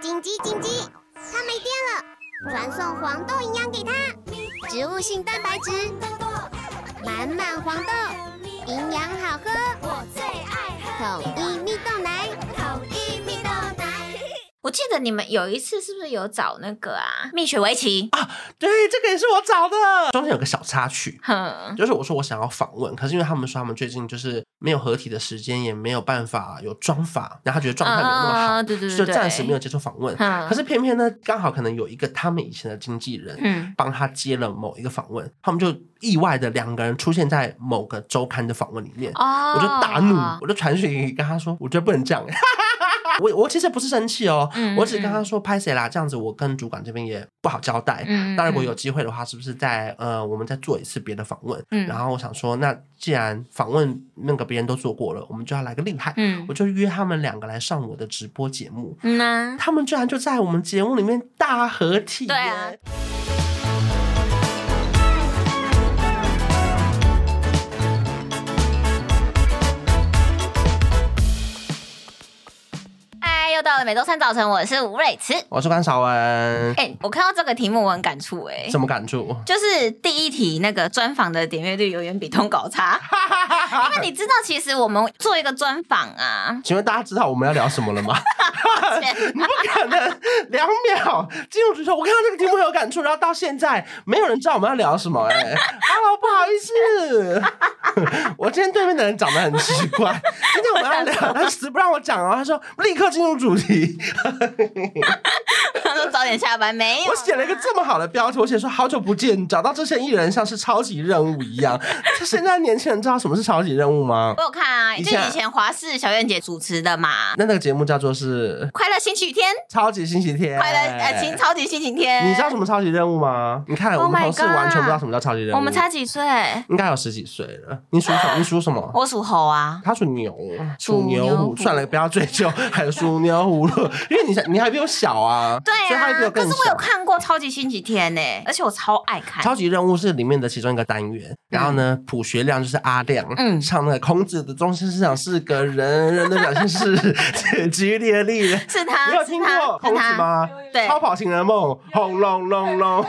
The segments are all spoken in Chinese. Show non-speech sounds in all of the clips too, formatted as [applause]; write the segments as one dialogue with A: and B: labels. A: 紧急紧急！它没电了，传送黄豆营养给它，植物性蛋白质，满满黄豆，营养好喝，
B: 我最爱
A: 统一蜜豆奶。
B: 统一蜜豆奶。
C: 我记得你们有一次是不是有找那个啊蜜雪围棋？
D: 对，这个也是我找的。中间有个小插曲，
C: 哼，
D: 就是我说我想要访问，可是因为他们说他们最近就是没有合体的时间，也没有办法有妆法，然后他觉得状态没有那么好，
C: 啊对对对，
D: 就
C: 对
D: 暂时没有。接受访问。
C: 嗯
D: 可是偏偏呢，刚好可能有一个他们以前的经纪人
C: 嗯，
D: 帮他接了某一个访问，他们就意外的两个人出现在某个周刊的访问里面。
C: 哦，
D: 我就大怒，我就传讯跟他说，我觉得不能这样。 [laughs] 我我其实不是生气哦，
C: 嗯
D: 我只是跟他说拍谁啦，这样子我跟主管这边也不好交代。
C: 嗯，嗯
D: 那如果有，机会的话，是不是再呃，我们再做一次别的访问？
C: 嗯
D: 然后我想说，那既然访问那个别人都做过了，我们就要来个厉害。
C: 嗯
D: 我就约他们两个来上我的直播节目，
C: 嗯呐，
D: 他们居然就在我们节目里面大合体耶。
C: 对啊哎，又到了每周三早晨，我是吴蕊慈。
D: 我是关少文，
C: 哎，我看到这个题目我很感触哎，
D: 什么感触？，
C: 就是第一题那个专访的点阅率永远比通稿差，因为你知道，其实我们做一个专访啊
D: [laughs] 请问大家知道我们要聊什么了吗？ [laughs] 你不可能两秒进入主题，我看到这个题目很有感触，然后到现在没有人知道我们要聊什么、哎，Hello，不好意思， [laughs] 我今天对面的人长得很奇怪，今天我们要聊，他死不让我讲哦，他说立刻进入主题，
C: 说早点下班没有
D: 我？写了一个这么好的标题，我写说好久不见，找到这些艺人像是超级任务一样。 [laughs] 现在年轻人知道什么是超级任务吗？
C: 我有看啊，
D: 以
C: 就
D: 前啊
C: 以前华视小燕姐主持的嘛，《
D: 那那个节目叫做是
C: 快乐星期天》，
D: 超级星期天，
C: 快乐呃，星超级星期天，
D: 哎你知道什么超级任务吗？你看我
C: Oh
D: 们
C: my
D: 同事完全
C: God
D: 不知道什么叫超级任务，
C: 我们才几岁？
D: 应该有十几岁了。你属什
C: [laughs]
D: 么？你属什么？
C: 我属猴啊，
D: 他属牛，
C: 属
D: 属牛
C: 牛
D: 虎。
C: 虎
D: 算了，不要追究，还有属牛虎了， [laughs] 因为你才你还比我小啊，
C: 对
D: 所以他
C: 啊
D: 还比我，
C: 可
D: 更
C: 是
D: 小
C: 我。有看过《超级星期天》呢，而且我超爱看。
D: 超级任务是里面的其中一个单元，然后呢，朴学亮就是阿亮，
C: 嗯
D: 唱那个孔子的中心思想是个人，人的表现是 [laughs] 举例的例人。
C: 是 [laughs] 他，
D: 你有
C: 是
D: 听
C: 他
D: 过
C: 是
D: 孔子
C: 他
D: 吗？
C: 对
D: 超跑情人梦，轰隆隆隆，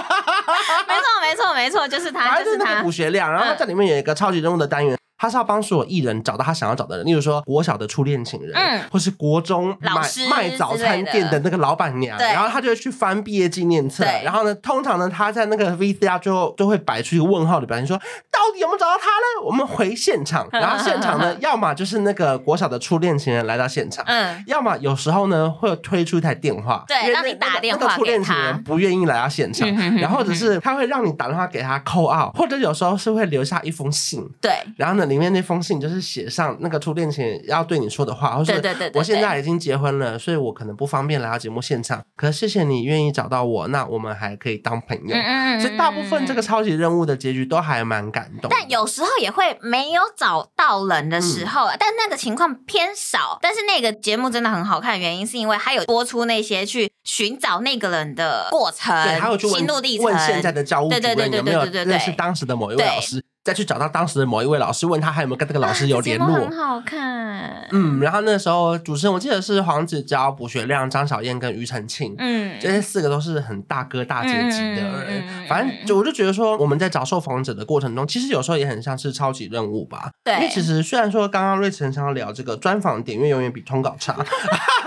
C: 没错，没错，没错，就是他，
D: 反正
C: 就是
D: 那个
C: 他嗯
D: 朴。学亮，然后他在里面有一个超级任务的单元。他是要帮所有艺人找到他想要找的人，例如说国小的初恋情人，
C: 嗯
D: 或是国中
C: 老
D: 买
C: 师
D: 卖早餐店的那个老板娘，
C: 之类的对
D: 然后他就会去翻毕业纪念册，
C: 对
D: 然后呢，通常呢，他在那个 VCR 最后就会摆出一个问号的表情，说到底有没有找到他呢？我们回现
C: [laughs]
D: 场，然后现场呢，要么就是那个国小的初恋情人来到现场，
C: 嗯，
D: 要么有时候呢会有推出一台电话，
C: 对
D: 因为那
C: 让你打
D: 那个
C: 电话
D: 那个初
C: 给
D: 恋情
C: 他
D: 人不愿意来到现场
C: 嗯哼哼，
D: 然后或者是他会让你打电话给他扣二，或者有时候是会留下一封信。
C: [laughs] 对，
D: 然后呢，里面那封信就是写上那个初恋情人要对你说的话，或是
C: 对对对对
D: 我现在已经结婚了，所以我可能不方便来到节目现场，可是谢谢你愿意找到我，那我们还可以当朋友。
C: 嗯
D: 所以大部分这个。超级任务的结局都还蛮感动的。
C: 但有时候也会没有找到人的时候，啊
D: 嗯
C: 但那个情况偏少。但是那个节目真的很好看，原因是因为它有播出那些去寻找那个人的过程
D: 对，还有去问
C: 心路历程。
D: 问现在的教务主
C: 对对对
D: 任
C: 对
D: 有没有
C: 对对对对
D: 认识当时的某一位老师，再去找到当时的某一位老师，问他还有没有跟这个老师有联
C: 啊这节
D: 络
C: 目。很好看。
D: 嗯，然后那时候主持人我记得是黄子佼、卜学亮、张小燕跟庾澄庆。
C: 嗯
D: 这，些四个都是很大哥大姐级
C: 嗯嗯
D: 的人
C: 嗯嗯嗯，
D: 反正就我就觉得说，我们在找受访者的过程中，其实有时候也很像是超级任务吧。
C: 对
D: 因为其实虽然说刚刚瑞晨想要聊这个专访点阅永远比通稿差， [laughs]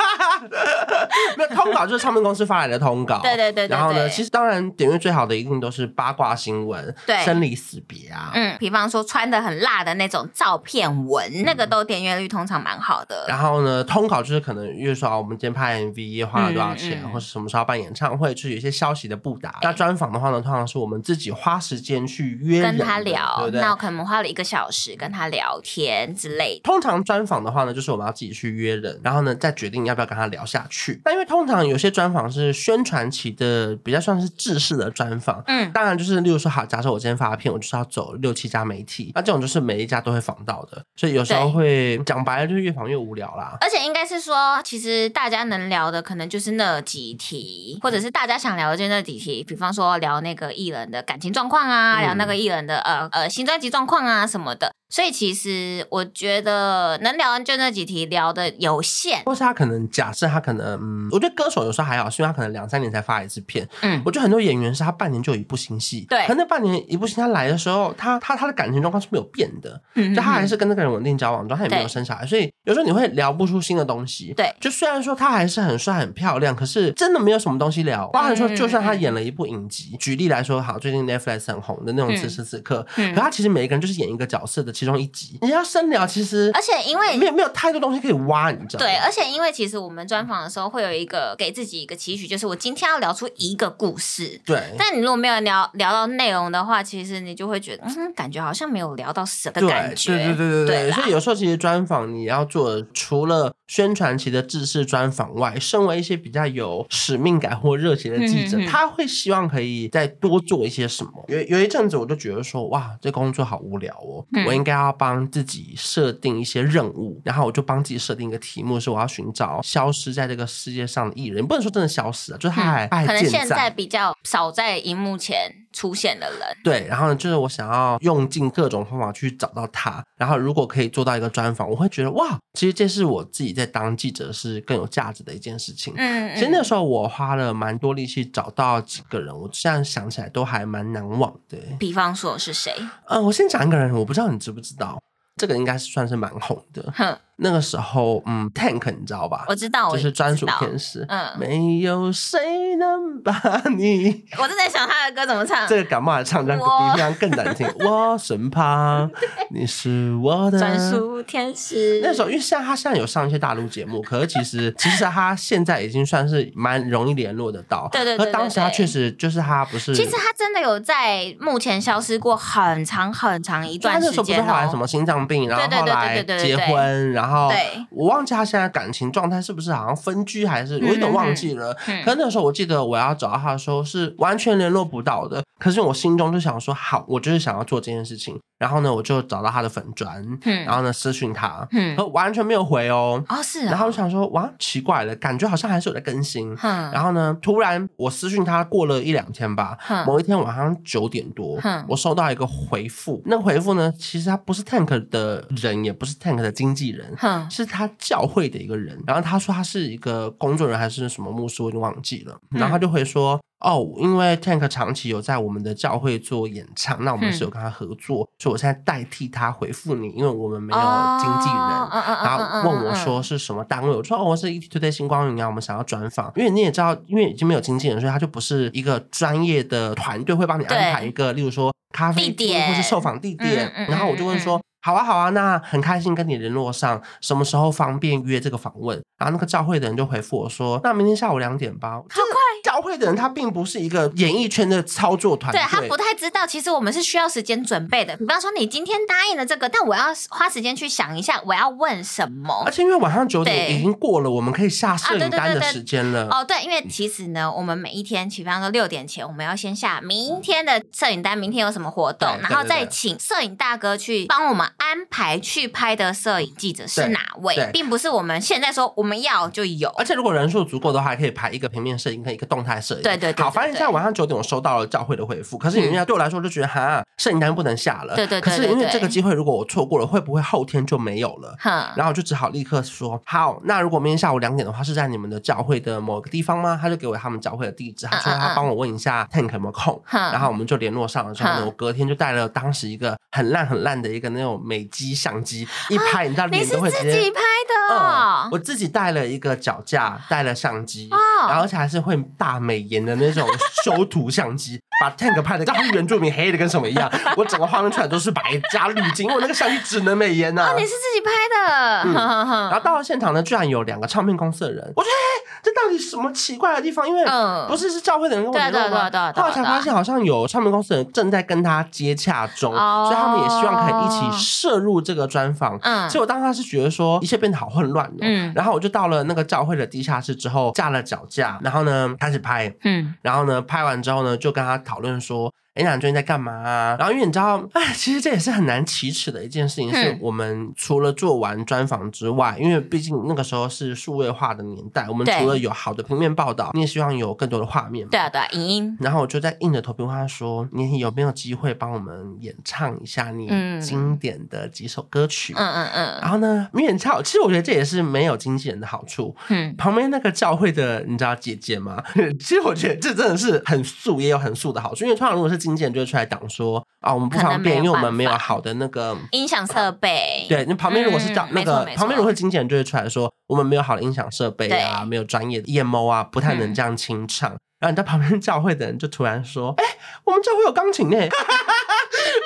D: 没有通稿就是唱片公司发来的通稿，
C: 对对对对对。
D: 然后呢，其实当然点阅最好的一定都是八卦新闻，
C: 对
D: 生离死别啊。
C: 嗯，比方说穿的很辣的那种照片文，那个都点阅率通常蛮好的。
D: 嗯然后呢，通稿就是可能，比如说啊我们今天拍 MV 花了多少钱，
C: 嗯嗯
D: 或是什么时候要办演唱会，就是有一些消息的布达。那专访的话呢，通常是我们自己花时间去约人
C: 跟
D: 的
C: 他
D: 对
C: 聊，
D: 不对？
C: 那我可能花了一个小时跟他聊天之类的。
D: 通常专访的话呢，就是我们要自己去约人，然后呢再决定要不要跟他聊下去。那因为通常有些专访是宣传期的，比较算是制式的专访。
C: 嗯，
D: 当然就是，例如说，好，假设我今天发片，我就是要走六七家媒体，那这种就是每一家都会访到的，所以有时候会讲白了，就是越访越无聊啦。
C: 而且应该是说，其实大家能聊的可能就是那几题，或者是大家想聊的就那几题。比方说聊那个艺人的感情状况啊，
D: 嗯
C: 聊那个艺人的呃呃新专辑状况啊什么的。所以其实我觉得能聊就那几题聊的有限，
D: 或是他可能假设他可能，嗯，我觉得歌手有时候还好，是因为他可能两三年才发一次片。
C: 嗯，
D: 我觉得很多演员是他半年就有一部新戏，
C: 对
D: 可能那半年一部新他来的时候，他他他的感情状况是没有变的，
C: 嗯
D: 就他还
C: 嗯
D: 是跟那个人稳定交往中，他也没有
C: 对
D: 生小孩，所以有时候你会聊不出新的东西。
C: 对
D: 就虽然说他还是很帅很漂亮，可是真的没有什么东西聊。包含说，
C: 嗯
D: 就算他演了一部影集，举例来说，好，最近 Netflix 很红的那种
C: 嗯
D: 此时此刻，
C: 嗯
D: 可他其实每一个人就是演一个角色的其中一集，你要深聊，其实
C: 而且因为
D: 没有没有太多东西可以挖，你知道吗？
C: 对，而且因为其实我们专访的时候会有一个给自己一个期许，就是我今天要聊出一个故事。
D: 对。
C: 但你如果没有聊聊到内容的话，其实你就会觉得，嗯，感觉好像没有聊到什么的
D: 对
C: 感觉。
D: 对对对对
C: 对啦
D: 所以有时候其实专访你要做的，除了宣传期的制式专访外，身为一些比较有使命感或热情的记者，
C: 嗯嗯嗯
D: 他会希望可以再多做一些什么。有有一阵子我就觉得说，哇，这工作好无聊哦，
C: 嗯
D: 我应该要帮自己设定一些任务，然后我就帮自己设定一个题目，是我要寻找消失在这个世界上的艺人，不能说真的消失啊，就是他还、
C: 嗯
D: 他还
C: 可能
D: 健
C: 现在比较少在荧幕前出现的人，
D: 对，然后呢，就是我想要用尽各种方法去找到他。然后如果可以做到一个专访，我会觉得哇，其实这是我自己在当记者是更有价值的一件事情。
C: 嗯，
D: 其实那
C: 嗯
D: 时候我花了蛮多力气找到几个人，我现在想起来都还蛮难忘的。
C: 比方说是谁？
D: 嗯，我先讲一个人，我不知道你知不知道，这个应该是算是蛮红的。
C: 哼，
D: 那个时候，嗯，Tank 你知道吧
C: 我？知道，我
D: 就是专属
C: 知道
D: 天使，
C: 嗯
D: 没有谁能把你
C: 我正在想他的歌怎么唱。
D: [laughs] 这个感冒还唱这样
C: [laughs]
D: 比
C: 我
D: 这样更难听。我身旁，你是我的
C: 专。属天使，
D: 嗯那时候，因为现在他现在有上一些大陆节目，可是其实其实他现在已经算是蛮容易联络得到。
C: 对对对
D: 可
C: 对
D: 当时他
C: 对
D: 确实就是他不是，
C: 其实他真的有在幕前消失过很长很长一
D: 他
C: 段
D: 那
C: 时
D: 时候不是
C: 间
D: 后来什
C: 哦。
D: 么心脏病，然
C: 对
D: 后
C: 对
D: 后
C: 对对对
D: 来
C: 对
D: 结
C: 对
D: 婚，然后
C: 对
D: 我忘记他现在感情状态是不是好像分居还是我有点忘记了。
C: 嗯
D: 可是那时候我记得我要找到他的时候是完全联络不到的，可是我心中就想说，好，我就是想要做这件事情。然后呢，我就找到他的粉砖，
C: 嗯
D: 哦然后呢私讯他，
C: 嗯
D: 可完全没有回哦。
C: 哦，是啊，嗯
D: 然后我想说，哇，奇怪了，感觉好像还是有在更新。
C: 哼，
D: 然后呢，突然我私讯他过了一两天吧，
C: 哼
D: 某一天晚上九点多
C: 哼，
D: 我收到一个回复。那个回复呢，其实他不是 Tank 的人，也不是 Tank 的经纪人，
C: 哼，
D: 是他教会的一个人。然后他说他是一个工作人员还是什么牧师，我已经忘记了。然后他就会说。哦，因为 Tank 长期有在我们的教会做演唱，那我们是有跟他合作，所以我现在代替他回复你，因为我们没有经纪人。
C: 哦嗯嗯嗯
D: 然
C: 嗯嗯
D: 后问我说是什么单位，我说哦，我是 ETtoday 星光云啊，我们想要专访，因为你也知道，因为已经没有经纪人，所以他就不是一个专业的团队会帮你安排
C: 对
D: 一个，例如说咖
C: 地
D: 啡厅
C: 点
D: 或是受访地点
C: 嗯。嗯嗯
D: 然后我就问说。好啊，好啊，那很开心跟你联络上，什么时候方便约这个访问？然后那个教会的人就回复我说，那明天下午两点吧。好快！教会的人他并不是一个演艺圈的操作团队，
C: 对他不太知道，其实我们是需要时间准备的。
D: 嗯
C: 比方说，你今天答应了这个，但我要花时间去想一下，我要问什么
D: 而。且因为晚上九点
C: 对
D: 已经过了，我们可以下摄
C: 啊对
D: 影
C: 对
D: 单的
C: 对对
D: 时间了。
C: 哦，对，因为其实呢，我们每一天，比方说六点前，我们要先下明天的摄影单，明天有什么活动
D: 对，
C: 然后
D: 对对
C: 再
D: 对
C: 请摄影大哥去帮我们安排去拍的摄影记者
D: 对
C: 是哪
D: 对
C: 位，并不是我们现在说我们要就有。
D: 而且如果人数足够的话，还可以排一个平面摄影跟一个动态摄影。
C: 对对对
D: 好，
C: 对
D: 反正现在
C: 对嗯
D: 晚上九点我收到了教会的回复，可是人家对我来说就觉得哈，摄影单不能下了。
C: 对对对
D: 可是
C: 对
D: 因为
C: 对
D: 这个机会如果我错过了，会不会后天就没有了？
C: 哼，
D: 然后我就只好立刻说好，那如果明天下午两点的话，是在你们的教会的某个地方吗？他就给我他们教会的地址，他说
C: 嗯嗯
D: 他
C: 嗯
D: 帮我问一下 Tank 有没有空，
C: 哼
D: 然后我们就联络上了之后呢，
C: 嗯
D: 我隔天就带了当时一个很烂很烂的一个那种美机相机，一拍你知道
C: 啊你
D: 脸
C: 是
D: 都会
C: 自
D: 直接
C: 己拍的
D: 嗯
C: 哦，，啊
D: 我自己带了一个脚架，带了相机，
C: 哦
D: 然后而且还是会大美颜的那种修图相机， [laughs] 把 Tank 拍的跟原住民黑的跟什么一
C: [laughs]
D: 样，我整个画面出来都是白加滤镜，因为我那个相机只能美颜呐、
C: 哦，你是自己拍的，
D: 嗯
C: 哼哼哼
D: 然后到了现场呢，居然有两个唱片公司的人，我觉得哎这到底什么奇怪的地方？因为
C: 嗯
D: 不是是教会的人跟我
C: 对
D: 联
C: 啊
D: 络
C: 对
D: 吗
C: 啊对啊？对啊
D: 后来才
C: 对啊
D: 发现好像有唱片公司的人正在跟他接洽中，
C: 哦
D: 所以他们也希望可以一起摄入这个专访。
C: 嗯
D: 所以我当时是觉得说一切变得好混乱哦。
C: 嗯
D: 然后我就到了那个教会的地下室之后，架了脚架，然后呢开始拍，
C: 嗯
D: 然后呢，拍完之后呢，就跟他讨论说，哎、哎，那你最近在干嘛啊？然后因为你知道，哎，其实这也是很难启齿的一件事情，是
C: 嗯
D: 我们除了做完专访之外，因为毕竟那个时候是数位化的年代，我们
C: 对
D: 除了有好的平面报道，你也希望有更多的画面嘛。
C: 对啊对啊，影音
D: 然后我就在硬着头皮问他说：“你有没有机会帮我们演唱一下你
C: 嗯
D: 经典的几首歌曲？”
C: 嗯嗯
D: 然后呢，没演唱，其实我觉得这也是没有经纪人的好处。
C: 嗯
D: 旁边那个教会的，你知道姐姐吗？ [laughs] 其实我觉得这真的是很素，也有很素的好处。因为通常如果是经纪人，就会出来挡说啊，我们不
C: 可能
D: 方便，因为我们
C: 没
D: 没
C: 有
D: 有
C: 办法
D: 好的那个
C: 嗯，音响设备，
D: 对，那旁边如果是
C: 嗯
D: 教、那
C: 没错
D: 个
C: 没错
D: 旁边如果是经纪人，就会出来说我们没有好的音响设备啊，没有专业的 EMO 啊，不太能这样清唱。
C: 嗯
D: 然后你在旁边教会的人就突然说：“哎、我们教会有
C: [laughs]
D: 钢琴呢、然后他说：“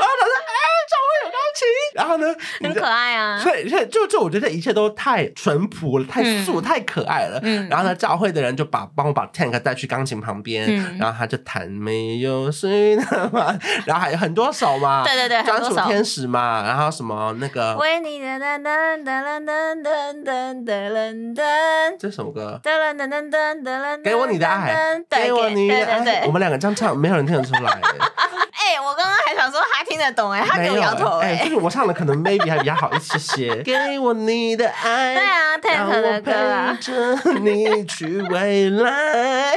D: 哎、教会有钢琴。”然后呢，
C: 很
D: 你就
C: 可爱啊，
D: 所以，所以就就我觉得这一切都太淳朴了，太素，
C: 嗯
D: 太可爱了。
C: 嗯
D: 然后呢，教会的人就把帮我把 Tank 带去钢琴旁边，
C: 嗯
D: 然后他就弹没有谁的嘛， [laughs] 然后还有很多首嘛，
C: 对对对，很
D: 专
C: 多
D: 属
C: 首。
D: 天使嘛，然后什么那个
C: 为你的噔噔噔噔噔噔噔噔噔。
D: 这首歌。
C: 噔噔噔噔噔，
D: 给我你的爱，
C: 对，
D: 给我你的
C: 对对
D: 爱。我
C: 对。
D: 们两个这样唱，没有人听得出来。
C: 哎，我刚刚还想说他听得懂哎， [laughs] 他
D: 没
C: 给
D: 有
C: 我摇头
D: 哎，
C: 哎
D: 就。是我唱的可能 maybe 还比较好一些些。
C: [laughs]
D: 给我你的爱，
C: 对啊
D: 让
C: ，Tank
D: 我
C: 的歌啊
D: 陪，着你去未
C: [laughs]
D: 来。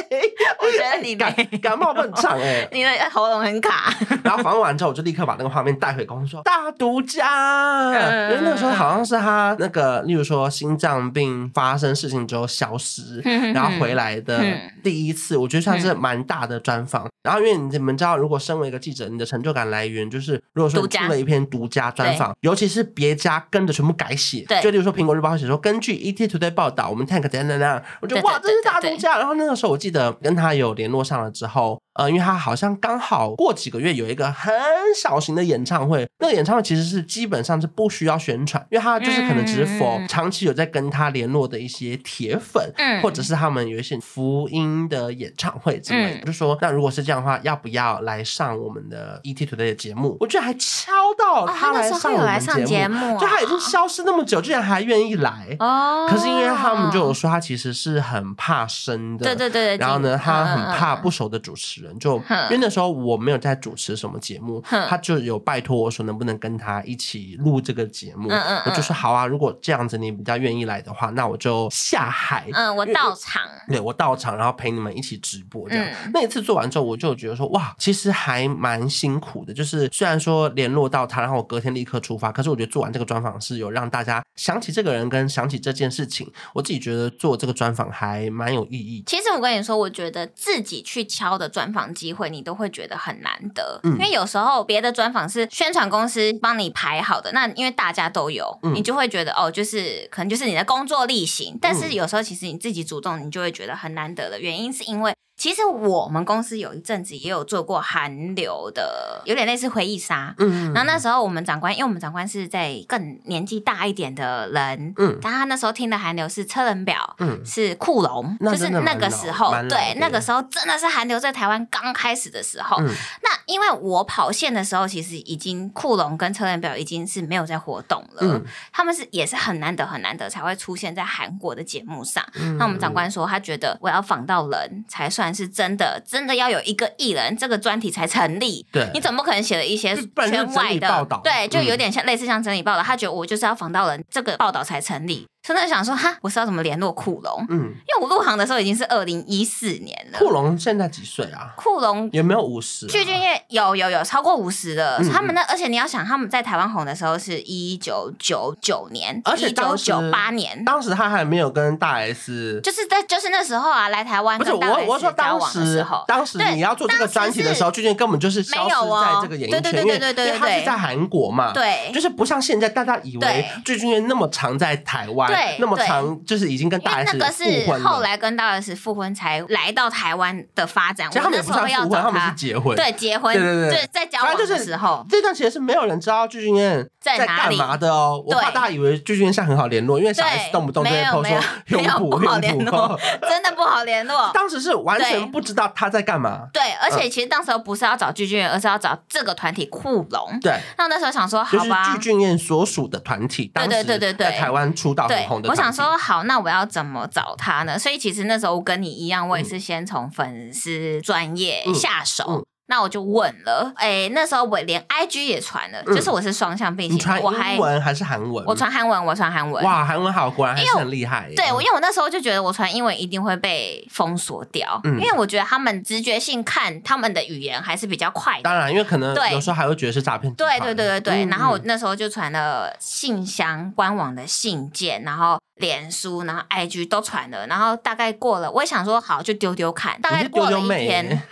C: 我觉得你
D: 感
C: 没，
D: 感冒不能唱哎、
C: 你的喉咙很卡。
D: 然后访问完之后，我就立刻把那个画面带回公司说大独家，
C: 嗯
D: 因为那个时候好像是他那个，例如说心脏病发生事情之后消失，
C: 嗯
D: 然后回来的
C: 嗯
D: 第一次，我觉得算是蛮大的专访。然后因为你们知道，如果身为一个记者，你的成就感来源就是，如果说
C: 独
D: 你
C: 家
D: 出了一篇独家专访，尤其是别家跟着全部改写，
C: 对
D: 就例如说《苹果日报》会写说，根据 ET Today 报道，我们 Tank 怎样怎样怎样，我就
C: 对对
D: 哇，
C: 对
D: 这是大
C: 对
D: 独
C: 对
D: 家。然后那个时候我记得跟他有联络上了之后，呃，因为他好像刚好过几个月有一个很小型的演唱会，那个演唱会其实是基本上是不需要宣传，因为他就是可能只是
C: 嗯
D: for 长期有在跟他联络的一些铁粉，
C: 嗯
D: 或者是他们有一些福音的演唱会之类的，
C: 嗯
D: 就说那如果是这样的话，要不要来上我们的 ET Today 的节目？我居然还敲到
C: 哦，他
D: 他
C: 那
D: 来
C: 时候
D: 上我
C: 有来
D: 们
C: 上节
D: 节目，
C: 目啊，
D: 就他已经消失那么久，居然还愿意来。
C: 哦。
D: 可是因为他们就有说他其实是很怕生的，
C: 对对对，对
D: 然后呢，
C: 嗯
D: 他很
C: 嗯嗯
D: 怕
C: 嗯
D: 不熟的主持人，就
C: 哼
D: 因为那时候我没有在主持什么节目，
C: 哼
D: 他就有拜托我说能不能跟他一起录这个节目。
C: 嗯嗯
D: 我就
C: 嗯
D: 说好啊，如果这样子你比较愿意来的话，那我就下海。
C: 嗯，我
D: 因为
C: 到场，
D: 对我到场，然后陪你们一起直播这样。
C: 嗯
D: 那一次做完之后，我就觉得说，哇，其实还蛮辛苦的。就是虽然说联络到他，然后我隔天立刻出发，可是我觉得做完这个专访是有让大家想起这个人跟想起这件事情。我自己觉得做这个专访还蛮有意义的。
C: 其实我跟你说，我觉得自己去敲的专访机会，你都会觉得很难得，
D: 嗯
C: 因为有时候别的专访是宣传公司帮你排好的，那因为大家都有，
D: 嗯
C: 你就会觉得哦，就是可能就是你的工作例行。但是
D: 嗯
C: 有时候其实你自己主动，你就会觉得很难得的原因，是因为其实我们公司有一阵子也有做过韩流的，有点类似回忆杀。
D: 嗯
C: 然后那时候我们长官，因为我们长官是在更年纪大一点的人，
D: 嗯
C: 但他那时候听的韩流是车轮表，
D: 嗯
C: 是库龙，
D: 那
C: 就是
D: 真的蛮
C: 那个
D: 老
C: 时候
D: 蛮，老
C: 对
D: 的，
C: 那个时候真的是韩流在台湾刚开始的时候。
D: 嗯
C: 那因为我跑线的时候，其实已经库龙跟车轮表已经是没有在活动了，
D: 嗯
C: 他们是也是很难得很难得才会出现在韩国的节目上。
D: 嗯
C: 那我们长官说，他觉得我要访到人才算是真的，真的要有一个艺人，这个专题才成立。
D: 对
C: 你总不可能写了一些
D: 不然就是
C: 圈外
D: 整理报
C: 的
D: 道，
C: 对，就
D: 嗯
C: 有点像类似像整理报道。他觉得我就是要访到人，这个报道才成立。所以那就想说，哈，我是要怎么联络库龙？
D: 嗯，
C: 因为我入行的时候已经是二零一四年了，
D: 库龙现在几岁啊？
C: 库龙
D: 有没有五十、啊？
C: 巨俊业有有有超过五十的，
D: 嗯
C: 他们那而且你要想，他们在台湾红的时候是一九九九年，
D: 而且
C: 一九
D: 当时
C: 九八年，
D: 当时他还没有跟大 S，
C: 就是在就是那时候啊，来台湾
D: 不是
C: 跟大
D: 我
C: S
D: 我说
C: 交
D: 当
C: 往的时
D: 时
C: 候，
D: 当时
C: 对
D: 你要做这个
C: 当时
D: 专题的时候，
C: 是
D: 巨俊根本就是消
C: 没有
D: 失在
C: 哦
D: 这个演艺
C: 对对
D: 圈，
C: 对
D: 因为
C: 对对
D: 因为他
C: 对
D: 是在韩国嘛，
C: 对
D: 就是不像现在大家以为
C: 对
D: 巨俊业那么常在台湾
C: 对，
D: 那么
C: 对
D: 常就是已经跟
C: 因
D: 大
C: 为
D: S
C: 那个
D: 复
C: 是
D: 婚
C: 后
D: 了，
C: 来跟大 S 复婚才来到台湾的发展，
D: 其实他
C: 我
D: 们也
C: 那
D: 不
C: 时候
D: 算
C: 要
D: 复婚，
C: 找
D: 他们
C: 他
D: 是。结婚。
C: 对，结婚，
D: 对对对
C: 在交
D: 反
C: 往
D: 正就是
C: 的时候，
D: 这段其实是没有人知道具俊彦
C: 在哪
D: 干
C: 里
D: 嘛的哦，我
C: 对
D: 怕大家以为具俊彦现在很好联络，因为小 S
C: 对
D: 动不动就会
C: 没有
D: po
C: 没有
D: 说
C: 没
D: 拥
C: 有
D: 补
C: 不好
D: 拥
C: 联
D: 补
C: 络， [laughs] 真的不好联络。
D: [laughs] 当时是完全
C: 对
D: 不知道他在干嘛。
C: 对，而
D: 嗯
C: 且其实当时候不是要找巨俊，而是要找这个团体库龙。
D: 对，
C: 那那时候想说，
D: 就
C: 好
D: 是
C: 吧，
D: 具俊彦所属的团体，当
C: 对
D: 时
C: 对对对对
D: 在台湾出道啊很
C: 对
D: 红，的。
C: 我想，说，好，那我要怎么找他呢？所以其实那时候我跟你一样，我也是先从粉丝专业
D: 嗯
C: 下手。
D: 嗯
C: 那我就问了，哎，那时候我连 IG 也传了，
D: 嗯
C: 就是我是双向并
D: 你
C: 行
D: 传，
C: 我还
D: 英文还是韩文？
C: 我传韩文，我传韩文。
D: 哇，韩文好，果然还是很厉害耶。
C: 对，我因为我那时候就觉得我传英文一定会被封锁掉，
D: 嗯
C: 因为我觉得他们直觉性看他们的语言还是比较快的。
D: 当然，因为可能
C: 对
D: 有时候还会觉得是诈骗集
C: 对对
D: 团。
C: 对对对，
D: 嗯
C: 然后我那时候就传了信箱、官网的信件，然后脸书，然后 IG 都传了，然后大概过了，我也想说好就丢丢看，大
D: 你
C: 概
D: 是丢
C: 过了一
D: 丢妹 [laughs]
C: 天，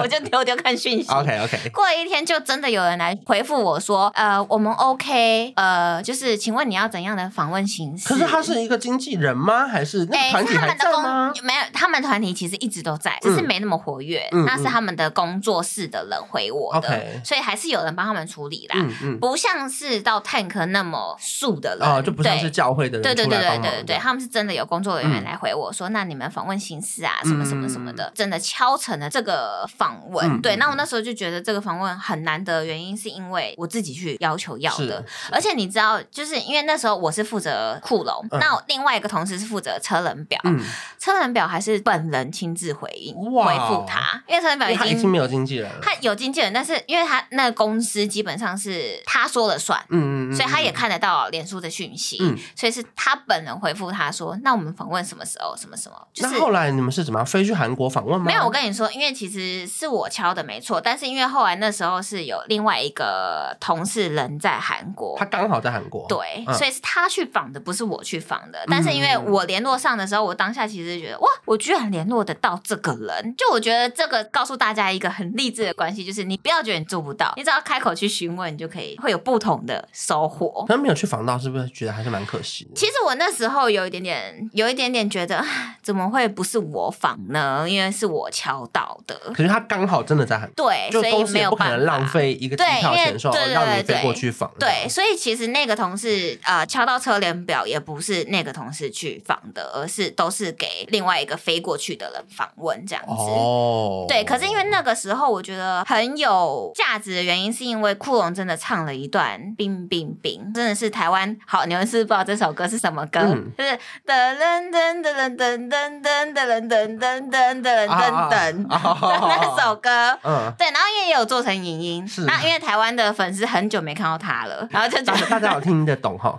C: 我就丢丢看讯息。
D: OK OK，
C: 过了一天，就真的有人来回复我说，呃，我们 OK，呃，就是请问你要怎样的访问形式？
D: 可是他是一个经纪人吗？还是那
C: 哎，
D: 个团
C: 是
D: 体
C: 他
D: 还
C: 们
D: 在
C: 的
D: 吗？
C: 工没有，他们团体其实一直都在，只是没那么活跃。
D: 嗯
C: 那是他们的工作室的人回我的，
D: OK
C: 所以还是有啊人帮他们处理啦，
D: 嗯嗯，
C: 不像是到 Tank 那么素的人，
D: 哦，就不像是
C: 对
D: 教会的
C: 啊对
D: 人
C: 对
D: 出
C: 对对
D: 来帮忙
C: 对对对，
D: 的
C: 他们是真的有工作人员
D: 嗯
C: 来回我说，那你们访问形式啊，什么什么什么的，真的敲成了这个访问。
D: 嗯
C: 对，
D: 嗯
C: 那我那时候就觉得这个访问很难得，原因是因为我自己去要求要的，而且你知道，就是因为那时候我是负责库龙，
D: 嗯
C: 那我另外一个同事是负责车轮表，
D: 嗯，
C: 车轮表还是本人亲自回应
D: 哇
C: 回复他，因为车轮
D: 因
C: 表
D: 为
C: 已
D: 他已
C: 经
D: 经没有经纪人了。
C: 他有经纪人，但是因为他那个公司基本上是他说了算。
D: 嗯嗯，嗯
C: 所以他也看得到脸书的讯息，
D: 嗯
C: 所以是他本人回复他说：“那我们访问什么时候？什么什么？”就是
D: 那后来你们是怎么样飞去韩国访问吗？
C: 没有。我跟你说，因为其实是我敲的没错，但是因为后来那时候是有另外一个同事人在韩国
D: 他，刚好在韩国。
C: 对，
D: 嗯
C: 所以是他去访的，不是我去访的。但是因为我联络上的时候，我当下其实觉得哇，我居然联络得到这个人，就我觉得这个告诉大家一个很励志的关系，就是你不要觉得你做不到，你只要开口去询问，你就可以会有不同的收获。
D: 那没有去访到，是不是觉得还是蛮可惜的？
C: 其实我那时候有一点点，有一点点觉得，唉怎么会不是我访呢？因为是我敲到的，
D: 可是他刚好真的在韩国，
C: 对，
D: 就
C: 所以
D: 公司
C: 没
D: 也
C: 有
D: 不可
C: 办
D: 能浪
C: 法。
D: 费一个机
C: 对
D: 票
C: 因为
D: 钱，说哦
C: 对对
D: 让你
C: 对
D: 飞过去访。
C: 对，，所以其实那个同事呃敲到车联表也不是那个同事去访的，而是都是给另外一个飞过去的人访问这样子。
D: 哦，
C: 对，可是因为那个时候我觉得很有价值的原因，是因为库龙真的唱了一段《冰冰冰》，真的是台湾好，你们是不知道这首歌是什么歌，
D: 嗯
C: 就是噔噔噔噔噔噔噔噔噔噔噔噔噔噔噔
D: 啊啊啊啊啊
C: 那首歌。
D: 嗯，
C: 对，然后因为也有做成影音
D: 是，
C: 那因为台湾的粉丝很久没看到他了，然后就觉
D: 大
C: 得
D: 家大家有听得懂哈？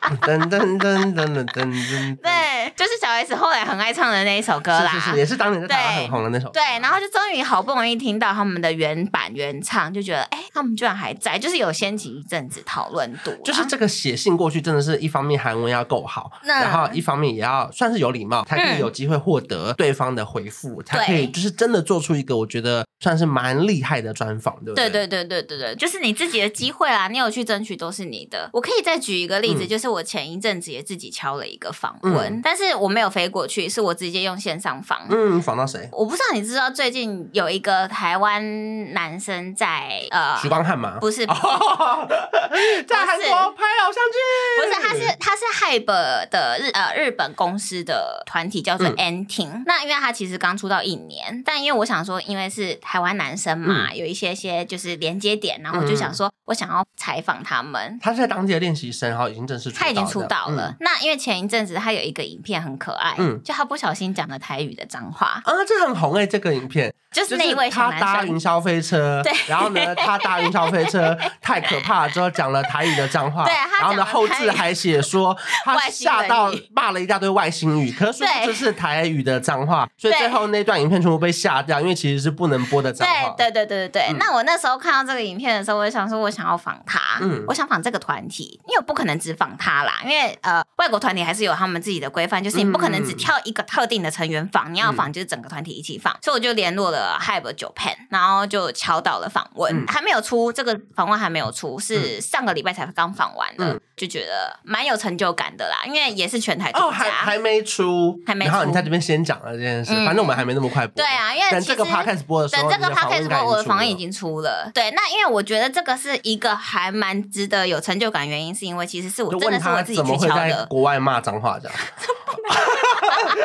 D: [laughs] 噔噔噔噔噔噔噔，
C: [laughs] 对，就是小 S 后来很爱唱的那一首歌啦。
D: 是是是，也是当年在台湾很红的那首。
C: 对，然后就终于好不容易听到他们的原版原唱，就觉得哎、他们居然还在，就是有掀起一阵子讨论度啦。
D: 就是这个写信过去，真的是一方面韩文要够好，
C: 那嗯
D: 然后一方面也要算是有礼貌，才可以有机会获得对方的回复，才可以就是真的做出一个我觉得算是蛮厉害的专访，对不
C: 对
D: 对
C: 对对对对对，就是你自己的机会啦，你有去争取都是你的。我可以再举一个例子，
D: 嗯
C: 就是我前一阵子也自己敲了一个访问，
D: 嗯
C: 但是我没有飞过去，是我直接用线上访。
D: 嗯，访到谁？
C: 我不知道你知道最近有一个台湾男生在呃，
D: 徐光汉啊吗？ [laughs]
C: 不是
D: 在韩国拍偶像
C: 不
D: 剧，
C: 是，他是他是 Hybe 的日呃日本公司的团体叫做
D: 嗯
C: Anting、那因为他其实刚出道一年，但因为我想说，因为是台湾男生嘛，
D: 嗯
C: 有一些些就是连接点，然后我就想说，我想要采访他们。
D: 他是在当地的练习生，然后已经正式出道
C: 他
D: 的，
C: 已经出道嗯了，那因为前一阵子他有一个影片很可爱，
D: 嗯
C: 就他不小心讲了台语的脏话，
D: 嗯。啊，这很红哎、这个影片
C: 就是那一位小
D: 他搭
C: 男生
D: 云。霄飞车，
C: 对
D: 然后
C: [laughs]
D: 呢，他搭云霄飞车太可怕了，之后讲了台语的脏话，
C: 对他
D: 然后
C: 讲
D: 呢，
C: 了
D: 后
C: 台
D: 置
C: 语
D: 还
C: [laughs]
D: 写说他
C: 外星
D: 吓
C: 人
D: 到
C: 语
D: 骂了一大堆外星语，可是
C: 对
D: 这是台语的脏话，所以
C: 对
D: 最后那段影片全部被下掉，因为其实是不能播的脏话。
C: 对对对对对、
D: 嗯
C: 那我那时候看到这个影片的时候，我就想说，我想要仿他，
D: 嗯
C: 我想仿这个团体，因为我不可能只仿他啦，因为呃，外国团体还是有他们自己的规范，就是你不可能只挑一个特定的成员仿，你
D: 嗯
C: 要仿就是整个团体一起仿。所以我就联络了 Hybe 九 Pen，然后就敲到了访问，
D: 嗯
C: 还没有出这个访问还没有出，是上个礼拜才刚访完的，
D: 嗯
C: 就觉得蛮有成就感的啦，因为也是全台独家。
D: 哦，还还没出，
C: 还没
D: 然后
C: 出
D: 你在这边先讲了这件事，
C: 嗯
D: 反正我们还没那么快播。
C: 对啊，因为
D: 等
C: 其
D: 这
C: 实。
D: 个 podcast 播的时
C: 等
D: 候，
C: 这个 p
D: 你
C: o d
D: 的
C: c
D: 访
C: a
D: 问
C: s
D: 该
C: 我的
D: 出
C: 房
D: 了
C: 已经出了，对，那因为我觉得这个是一个还蛮值得有成就感，原因是因为其实是我
D: 就
C: 真
D: 问
C: 的是
D: 他
C: 我自己
D: 怎
C: 去
D: 么会
C: 敲
D: 在
C: 的，
D: 国外骂脏话这样？
C: [laughs]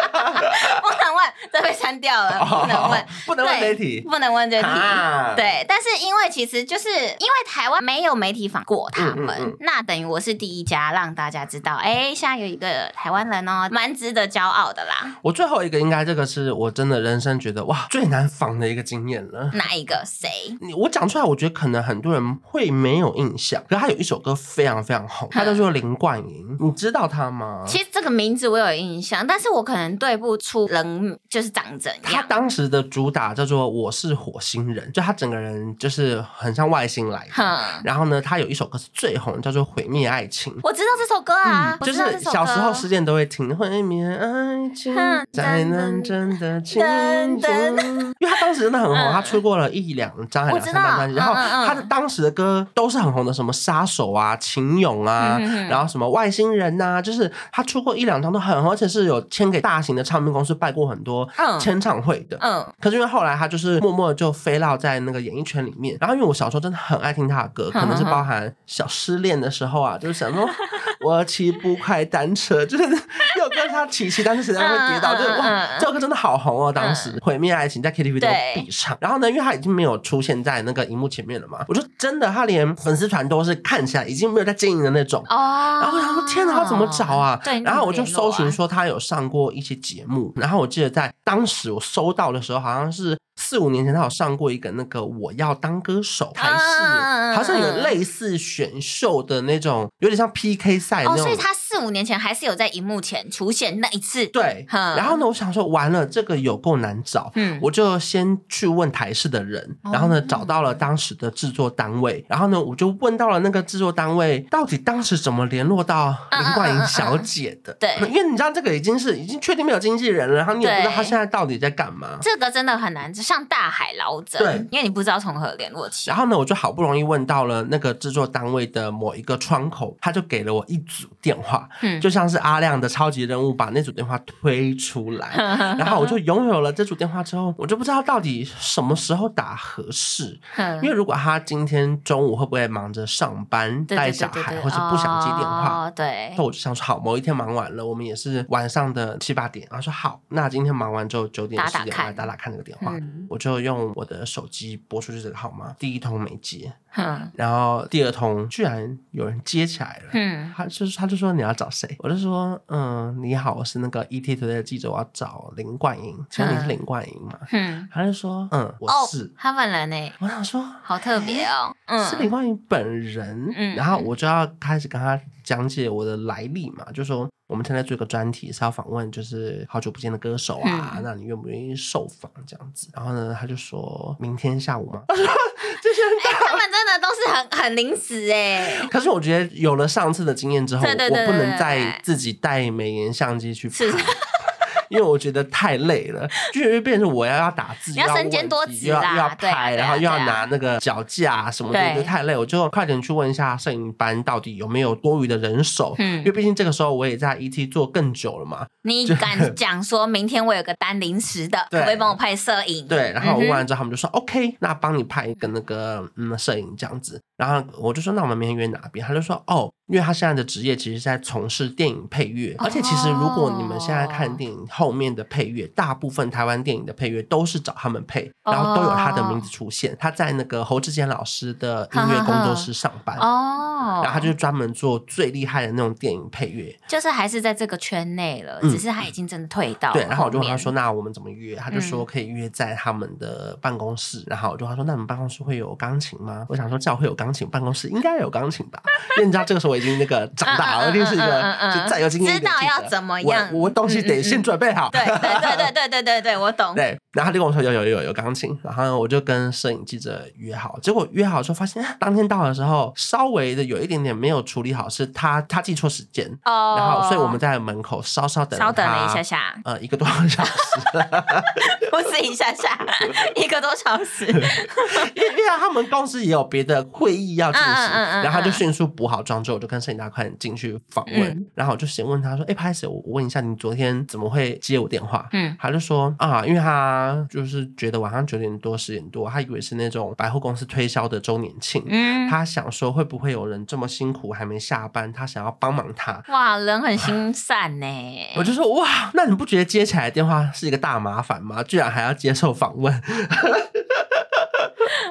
C: 不能问，这被下删掉了，呃不能问
D: [laughs] 哦，不能问
C: 对
D: 媒体
C: 不能问这题。
D: 啊，，
C: 对，但是因为其实就是因为台湾没有媒体访过他们，
D: 嗯嗯嗯
C: 那等于我是第一家让大家知道，哎、现在有一个台湾人哦，蛮值得骄傲的啦。
D: 我最后一个应该这个是我真的人生觉得哇最难防的一个经验了。
C: 哪一个谁？
D: 你我讲出来，我觉得可能很多人会没有印象，可是他有一首歌非常非常红，他叫做林冠英，你知道他吗？
C: 嗯其实这个名字我有印象，但是我可能对不出人就是长怎
D: 他
C: 样。
D: 当时的主打叫做《我是火星人》，就他整个人就是很像外星来的。
C: 哼，
D: 然后呢，他有一首歌是最红，叫做《毁灭爱情》。
C: 我知道这首歌啊，我
D: 嗯就
C: 知道
D: 是
C: 这首歌
D: 小时候失恋都会听《毁灭爱情
C: 哼》，
D: 才能真的清
C: 噔
D: 楚。因为他当时真的很红，
C: 嗯
D: 他出过了一两张还
C: 我
D: 两
C: 知
D: 三
C: 道
D: 张专辑，然后
C: 嗯嗯嗯
D: 他的当时的歌都是很红的，什么杀手啊、秦勇啊
C: 嗯嗯嗯，
D: 然后什么外星人呐，就是他出过一两张都很红，而且是有签给大型的唱片公司，办过很多
C: 嗯
D: 签唱会的。
C: 嗯，
D: 可是因为后来他就是默默地就飞落在那个演艺圈里面，然后因为我小时候真的很爱听他的
C: [laughs]
D: 歌，
C: 哼
D: 可能是包含小失恋的时候啊，就是想说我骑不快单车， [laughs] 就是有歌他骑骑单车实在会跌倒，
C: 嗯嗯
D: 就是哇
C: 嗯，嗯
D: 这首歌真的好红哦，当时毁灭爱情在 KTV 都
C: 对
D: 必唱。然后呢，因为他已经没有出现在那个荧幕前面了嘛，我就真的他连粉丝团都是看起来已经没有在经营的那种，
C: 哦。
D: 然后我想说天哪，他怎么找啊？
C: 对，
D: 然后我
C: 你怎
D: 就
C: 么联
D: 搜
C: 络啊
D: 寻说他有上过一些节目，然后我记得在当时我收到的时候，好像是四五年前他有上过一个那个我要当歌手，还
C: 嗯嗯嗯
D: 是好像
C: 嗯
D: 有类似选秀的那种，有点像 PK 赛
C: 哦，
D: 那
C: 所以
D: 种。
C: 他四五年前还是有在荧幕前出现那一次。
D: 对，
C: 嗯
D: 然后呢，我想说完了，这个有够难找。
C: 嗯，
D: 我就先去问台视的人，然后呢
C: 哦
D: 找到了当时的制作单位，然后呢我就问到了那个制作单位到底当时怎么联络到
C: 嗯嗯
D: 林冠
C: 嗯嗯
D: 英小姐的？
C: 对
D: 因为你知道这个已经是已经确定没有经纪人了，然后你也不知道
C: 对
D: 她现在到底在干嘛。
C: 这个真的很难，就像大海捞针
D: 对，
C: 因为你不知道从何联络起。
D: 然后呢，我就好不容易问到了那个制作单位的某一个窗口，他就给了我一组电话，
C: 嗯
D: 就像是阿亮的超级任务把那组电话推出
C: [laughs]
D: 来，然后我就拥有了这组电话之后，我就不知道到底什么时候打合适。
C: 哼
D: 因为如果他今天中午会不会忙着上班、
C: 对
D: 带
C: 对对
D: 小
C: 对
D: 孩，
C: 对
D: 或是不想接电话？
C: 哦、对
D: 那、，我就想说，好，某一天忙完了，我们也是晚上的七八点，然后说好，那今天忙完之后九点
C: 打打
D: 十点我来
C: 看
D: 打打看这个电话。
C: 嗯
D: 我就用我的手机拨出去这个号码，第一通没接，
C: 哼
D: 然后第二通居然有人接起来了。
C: 嗯
D: 他就是，他就说你要找谁？我就说，嗯，你好，我是那个 ET Today 的记者，我要找林冠英，请问你是林冠英吗？
C: 哼，
D: 他就说，嗯，我
C: 嗯哦
D: 是。，
C: 他本人呢，
D: 我想说，
C: 好特别哦，嗯，
D: 是林冠英本人，
C: 嗯
D: 然后我就要开始跟他讲解我的来历嘛，就说我们现在做一个专题是要访问，就是好久不见的歌手啊，
C: 嗯
D: 那你愿不愿意受访这样子？然后呢，他就说明天下午嘛，
C: [laughs]
D: 这些
C: 哎、他们真的都是很很临时哎，
D: 可是我觉得有了上次的经验之后，
C: 对对对
D: 我不
C: 对对
D: 能
C: 对
D: 再自己带美颜相机去
C: 是
D: 拍。 [laughs] 因为我觉得太累了，就是变成我要要打字，
C: 你要
D: 又
C: 身兼
D: 问
C: 多
D: 题
C: 职
D: 又要
C: 啦
D: 又要
C: 对啊
D: 拍，
C: 对啊
D: 然后又要
C: 对啊
D: 拿那个脚架啊什么的，
C: 对
D: 就太累。我就快点去问一下摄影班到底有没有多余的人手，
C: 嗯
D: 因为毕竟这个时候我也在 ET 做更久了嘛。
C: 你
D: 就 [laughs]
C: 敢讲说明天我有个单临时的，可
D: 对
C: 不可以帮我拍摄影？
D: 对，然后
C: 嗯
D: 我
C: 哼
D: 问完之后，他们就说、OK，那帮你拍一个那个嗯摄影这样子。然后我就说那我们明天约哪边？他就说哦，因为他现在的职业其实是在从事电影配乐，而且其实如果你们现在
C: 哦
D: 看电影后面的配乐，大部分台湾电影的配乐都是找他们配，然后都有他的名
C: 哦
D: 字出现。他在那个侯志坚老师的音乐工作室上班。
C: 哦，
D: 然后他就是专门做最厉害的那种电影配乐，
C: 就是还是在这个圈内了，
D: 嗯
C: 只是他已经真的退到
D: 对。然后我就问他
C: 面
D: 说：“那我们怎么约？”他就
C: 嗯
D: 说可以约在他们的办公室。然后我就问他说：“那你们办公室会有钢琴吗？”我想说，教会有钢琴，办公室应该有钢琴吧？因为你知道这个时候我已经
C: [laughs]
D: 那个长大
C: 嗯嗯
D: 了，我一定是一
C: 嗯嗯
D: 个
C: 嗯
D: 就再有经验一点的
C: 知道
D: 记者
C: 要怎么
D: 我
C: 样
D: 我东西
C: 嗯嗯
D: 得
C: 嗯
D: 先准备好。
C: 对对对对对对对对，我懂。
D: [laughs] 对，然后他就跟我说有有有有钢琴，然后我就跟摄影记者约好，结果约好之后发现啊当天到的时候稍微的有一点点没有处理好，是他他记错时间，
C: 哦，
D: 然后所以我们在门口稍稍等
C: 稍等了
D: 他
C: 一下下，
D: 呃一个多小时，
C: 不是一下
D: [laughs]
C: 下，一个多小时。
D: 因为因为他们公司也有别的会议要进行，
C: 嗯嗯嗯嗯
D: 然后他就迅速补好妆
C: 嗯
D: 之后，我就跟摄影大快进去访问，然后我就先问他说：“哎、拍摄，我问一下，你昨天怎么会会接我电话，
C: 嗯，
D: 他就说啊，因为他就是觉得晚上九点多十点多，他以为是那种百货公司推销的周年庆，
C: 嗯，
D: 他想说会不会有人这么辛苦还没下班，他想要帮忙他。
C: 哇，人很心善呢、
D: 我就说哇，那你不觉得接起来的电话是一个大麻烦吗？居然还要接受访问，
C: [laughs]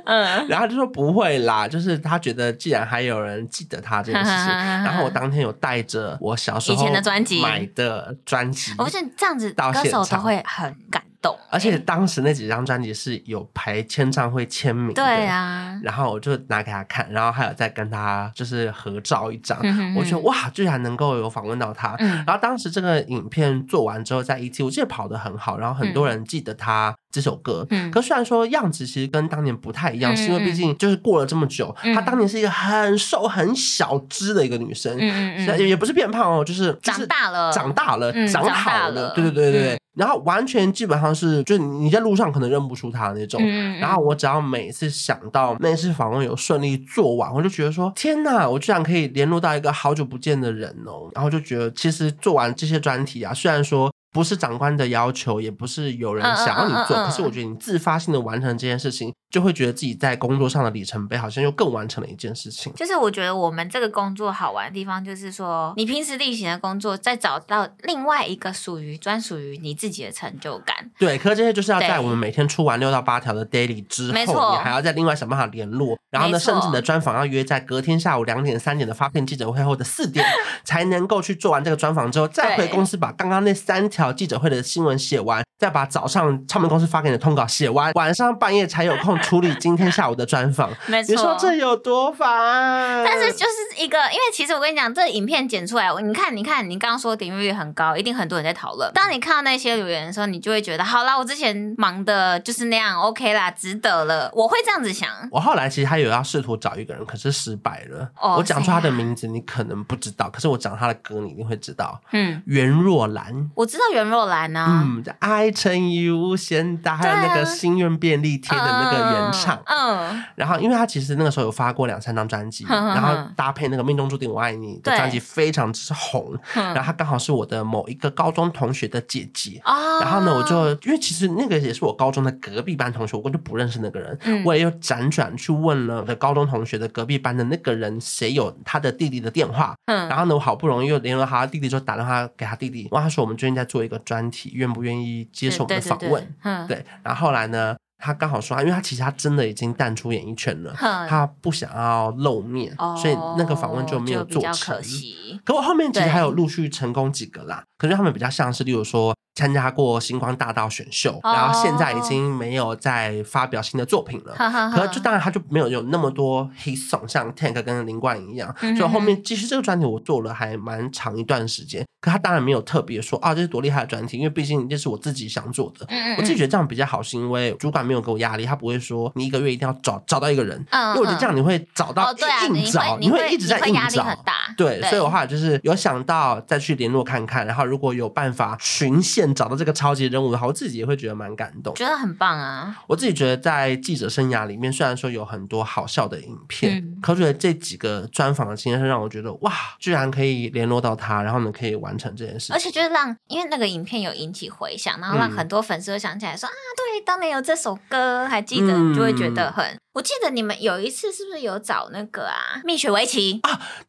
C: 嗯，
D: 然后他就说不会啦，就是他觉得既然还有人记得他这件事
C: [laughs]
D: 情，然后我当天有带着我小时候
C: 以前的专辑
D: 买的专辑，
C: 我觉得这样子
D: 到
C: 歌
D: 现
C: 手都
D: 场
C: 会很感动、欸
D: 而且当时那几张专辑是有排签唱会签名的，
C: 对。啊，
D: 然后我就拿给他看，然后还有再跟他就是合照一张，
C: 嗯哼
D: 我觉得
C: 哼
D: 哇，居然能够有访问到他。
C: 嗯
D: 然后当时这个影片做完之后，在 ET 我记得跑得很好，然后很多人记得他这首歌。
C: 嗯
D: 可虽然说样子其实跟当年不太一样，
C: 嗯
D: 是因为毕竟就是过了这么久，
C: 嗯
D: 她当年是一个很瘦很小只的一个女生，
C: 嗯嗯
D: 是啊
C: 嗯，
D: 也不是变胖哦，就是
C: 长。大了，
D: 就是长大了，
C: 嗯
D: 长
C: 长大
D: 好
C: 了
D: 对对对对
C: 嗯
D: 对，然后完全基本上是，就你在路上可能认不出她那种，
C: 嗯，嗯
D: 然后我只要每次想到那次访问有顺利做完，我就觉得说天哪，我居然可以联络到一个好久不见的人哦。然后就觉得其实做完这些专题啊，虽然说不是长官的要求，也不是有人想要你做，
C: 嗯嗯嗯嗯
D: 可是我觉得你自发性的完成这件事情，就会觉得自己在工作上的里程碑好像又更完成了一件事情。
C: 就是我觉得我们这个工作好玩的地方，就是说你平时例行的工作，再找到另外一个属于专属于你自己的成就感。
D: 对，可是这些就是要在
C: 对
D: 我们每天出完六到八条的 daily 之
C: 没错
D: 后，你还要再另外想办法联络，然后
C: 没
D: 呢，
C: 错
D: 甚至你的专访要约在隔天下午两点、三点的发片记者会后的
C: [laughs]
D: 四点，才能够去做完这个专访之后，再
C: 对
D: 回公司把刚刚那三条记者会的新闻写完，再把早上唱片公司发给你的通稿写完，晚上半夜才有空处理今天下午的专访。
C: [laughs] 没
D: 你说
C: 错，
D: 这有多烦？
C: 但是就是一个，因为其实我跟你讲，这影片剪出来，我你看，你看，你刚刚说点阅率很高，一定很多人在讨论。当你看到那些留言的时候，你就会觉得，好啦，我之前忙的就是那样，OK 啦，值得了。我会这样子想。
D: 我后来其实他有要试图找一个人，可是失败了。
C: 哦
D: 我讲出他
C: 谁
D: 的
C: 啊
D: 名字，你可能不知道，可是我讲他的歌，你一定会知道。
C: 嗯，
D: 袁若兰，
C: 我知道袁若兰啊，
D: 嗯，爱乘以无限大，还有那
C: 对啊
D: 个心愿便利贴的那个原唱。
C: 嗯，嗯
D: 然后，因为他其实那个时候有发过两三张专辑，
C: 哼哼哼
D: 然后搭配那个《命中注定我爱你》
C: 对
D: 的专辑非常之红。
C: 哼
D: 然后他刚好是我的某一个高中同学的姐姐。
C: 哦
D: 然后呢，我就因为其实那个也是我高中的隔壁班同学，我根本就不认识那个人。
C: 嗯
D: 我也有辗转去问了我的高中同学的隔壁班的那个人，谁有他的弟弟的电话，
C: 嗯
D: 然后呢，我好不容易又联络他弟弟，就打电话给他弟弟，哇，他说我们最近在做一个专题，愿不愿意接受我们的访问？，
C: 嗯，
D: 对，然后后来呢，他刚好说，因为他其实他真的已经淡出演艺圈了，
C: 哼
D: 他不想要露面，
C: 嗯哦
D: 所以那个访问就没有
C: 比
D: 做
C: 较
D: 成
C: 可。惜。
D: 可我后面其实
C: 对
D: 还有陆续成功几个啦，可是他们比较像是，例如说参加过星光大道选秀，
C: 哦
D: 然后现在已经没有再发表新的作品了。
C: 哈哈哈
D: 呃可就当然他就没有有那么多 hit song，像 Tank 跟林冠英一样
C: 嗯哼，
D: 所以后面其实这个专题我做了还蛮长一段时间，可他当然没有特别说啊这是多厉害的专题，因为毕竟这是我自己想做的。
C: 嗯嗯
D: 我自己觉得这样比较好，是因为主管没有给我压力，他不会说你一个月一定要找找到一个人，
C: 嗯
D: 因为我觉得这样你会找到
C: 哦，对啊，
D: 硬
C: 你
D: 找，
C: 会你
D: 会一直在
C: 你会
D: 硬
C: 压力
D: 找
C: 很。大，
D: 对，所以我后来就是有想到再去联络看看，然后如果有办法循线找到这个超级任务的话，我自己也会觉得蛮感动。
C: 觉得很棒啊。
D: 我自己觉得在记者生涯里面，虽然说有很多好笑的影片，
C: 嗯
D: 可我觉得这几个专访的经验是让我觉得哇，居然可以联络到他，然后呢可以完成这件事
C: 而
D: 情。
C: 且就是让，因为那个影片有引起回响，然后让
D: 嗯
C: 很多粉丝都想起来说、啊，对，当年有这首歌，还记得，
D: 嗯
C: 就会觉得很。我记得你们有一次是不是有找那个啊，蜜雪维奇？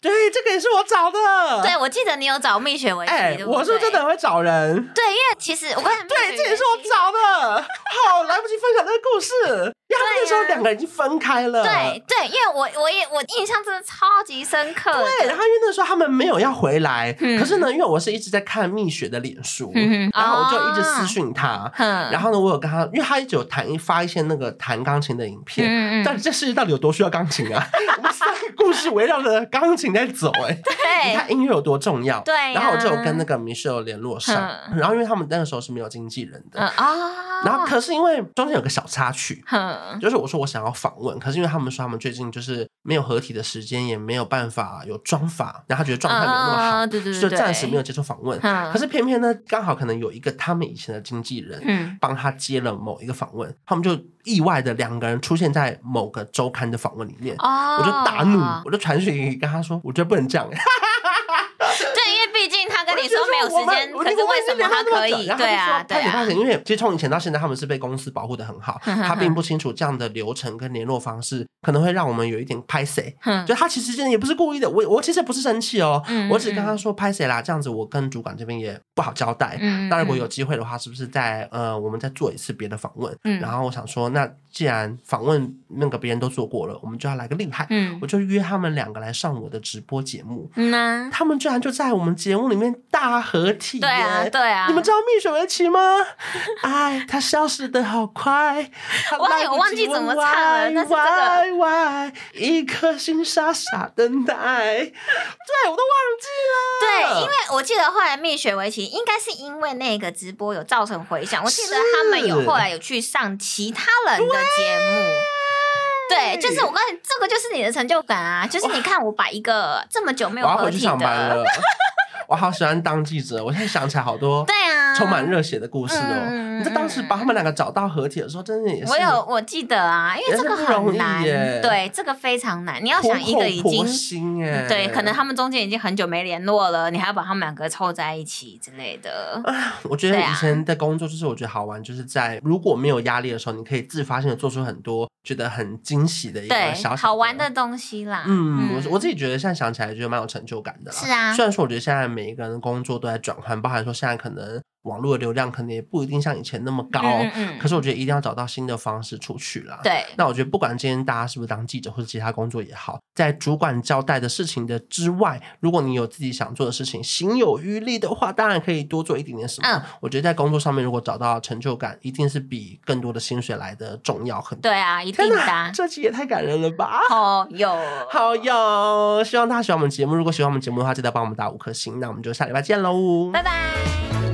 D: 对，这个也是我找的。
C: 对，，我记得你有找蜜雪维奇，
D: 哎、
C: 对不对
D: 我是不是真的很会找人？
C: 对，因为其实我跟你
D: 对，这也是我找的，好来不及分享这个故事，因为他们那时候两个人已经分开了。
C: 啊对对，因为我我也我印象真的超级深刻的，
D: 对，然后因为那时候他们没有要回来，
C: 嗯
D: 可是呢，因为我是一直在看蜜雪的脸书，
C: 嗯哼
D: 然后我就
C: 哦
D: 一直私讯他。
C: 哼
D: 然后呢，我有跟他，因为他一直有弹一发一些那个弹钢琴的影片，
C: 嗯嗯嗯
D: 但这世界到底有多需要钢琴啊？我们三个故事围绕着钢琴在走、哎，
C: [laughs] 对，
D: 你看音乐有多重要。
C: 对呀
D: 然后我就有跟那个 Michelle 联络上，
C: 嗯
D: 然后因为他们那个时候是没有经纪人的，
C: 嗯啊，
D: 然后可是因为中间有个小插曲，
C: 哼，
D: 就是我说我想要访问，可是因为他们说他们最近就是没有合体的时间，也没有办法有妆法，然后他觉得状态没有那么好，
C: 啊对对对
D: 就
C: 对
D: 暂时没有接受访问。
C: 嗯
D: 可是偏偏呢，刚好可能有一个他们以前的经纪人。
C: 嗯，
D: 帮他接了某一个访问，他们就意外的两个人出现在某个周刊的访问里面，
C: 哦，
D: 我就大怒，我就传讯息跟他说，我觉得不能这样、欸，
C: 对，因为毕竟他跟你理说没有时间，可是为什么
D: 他
C: 可以？对啊，对
D: 他也发
C: 啊，
D: 现，因为其实从以前到现在，他们是被公司保护的很好，
C: 嗯哼哼
D: 他并不清楚这样的流程跟联络方式可能会让我们有一点拍谁。
C: 哼
D: 就他其实真的也不是故意的，我我其实也不是生气哦，
C: 嗯
D: 我只是跟他说拍谁啦，这样子我跟主管这边也不好交代。
C: 嗯
D: 那如果有机会的话，是不是再呃，我们再做一次别的访问？
C: 嗯
D: 然后我想说，那既然访问那个别人都做过了，我们就要来个厉害。
C: 嗯
D: 我就约他们两个来上我的直播节目，
C: 嗯呐，
D: 他们居然就在我们节目里面大合体耶！
C: 对啊，对啊，
D: 你们知道蜜雪薇琪吗？ [laughs] 哎，她消失的好快，她
C: 哇
D: 来不
C: 我忘记
D: 及
C: 怎么
D: 问
C: 唱了但是
D: why，
C: 这个
D: why why，一颗心傻傻等待，对我都忘记了。
C: 对，因为我记得后来蜜雪薇琪应该是因为那个直播有造成回响，我记得他们有
D: 是
C: 后来有去上其他人的节目。对，就是我告诉你，这个就是你的成就感啊！就是你看，我把一个这么久没有
D: 我要
C: 合
D: 回去
C: 体
D: 上
C: [laughs]
D: 班
C: 的，
D: 了，我好喜欢当记者，我现在想起来好多
C: 对啊，
D: 充满热血的故事
C: 嗯
D: 哦。你在当时把他们两个找到合体的时候，真的也是
C: 我有我记得啊，因为这个很难
D: 也是不容易耶，
C: 对，这个非常难。你要
D: 苦
C: 想一个
D: 口
C: 已经嗯
D: 婆心哎，
C: 对，可能他们中间已经很久没联络了，你还要把他们两个凑在一起之类的。
D: 哎我觉得
C: 对啊
D: 以前的工作就是我觉得好玩，就是在如果没有压力的时候，你可以自发性的做出很多觉得很惊喜的一个
C: 对
D: 小小，
C: 好玩的。东西啦。
D: 嗯，我我自己觉得现在想起来觉得蛮有成就感的啦。
C: 是啊
D: 虽然说我觉得现在每一个人的工作都在转换，包含说现在可能网络的流量可能也不一定像以前那么高，
C: 嗯嗯
D: 可
C: 嗯，
D: 是我觉得一定要找到新的方式出去啦。
C: 对，
D: 那我觉得，不管今天大家是不是当记者或者其他工作也好，在主管交代的事情的之外，如果你有自己想做的事情，行有余力的话，当然可以多做一点点什么。
C: 嗯
D: 我觉得在工作上面，如果找到成就感，一定是比更多的薪水来的重要很多。
C: 对啊，一定
D: 天
C: 的
D: 哪，
C: 啊。
D: 这集也太感人了吧！
C: 哦，有，
D: 好哟，希望大家喜欢我们节目。如果喜欢我们节目的话，记得帮我们打五颗星。那我们就下礼拜见喽，
C: 拜拜。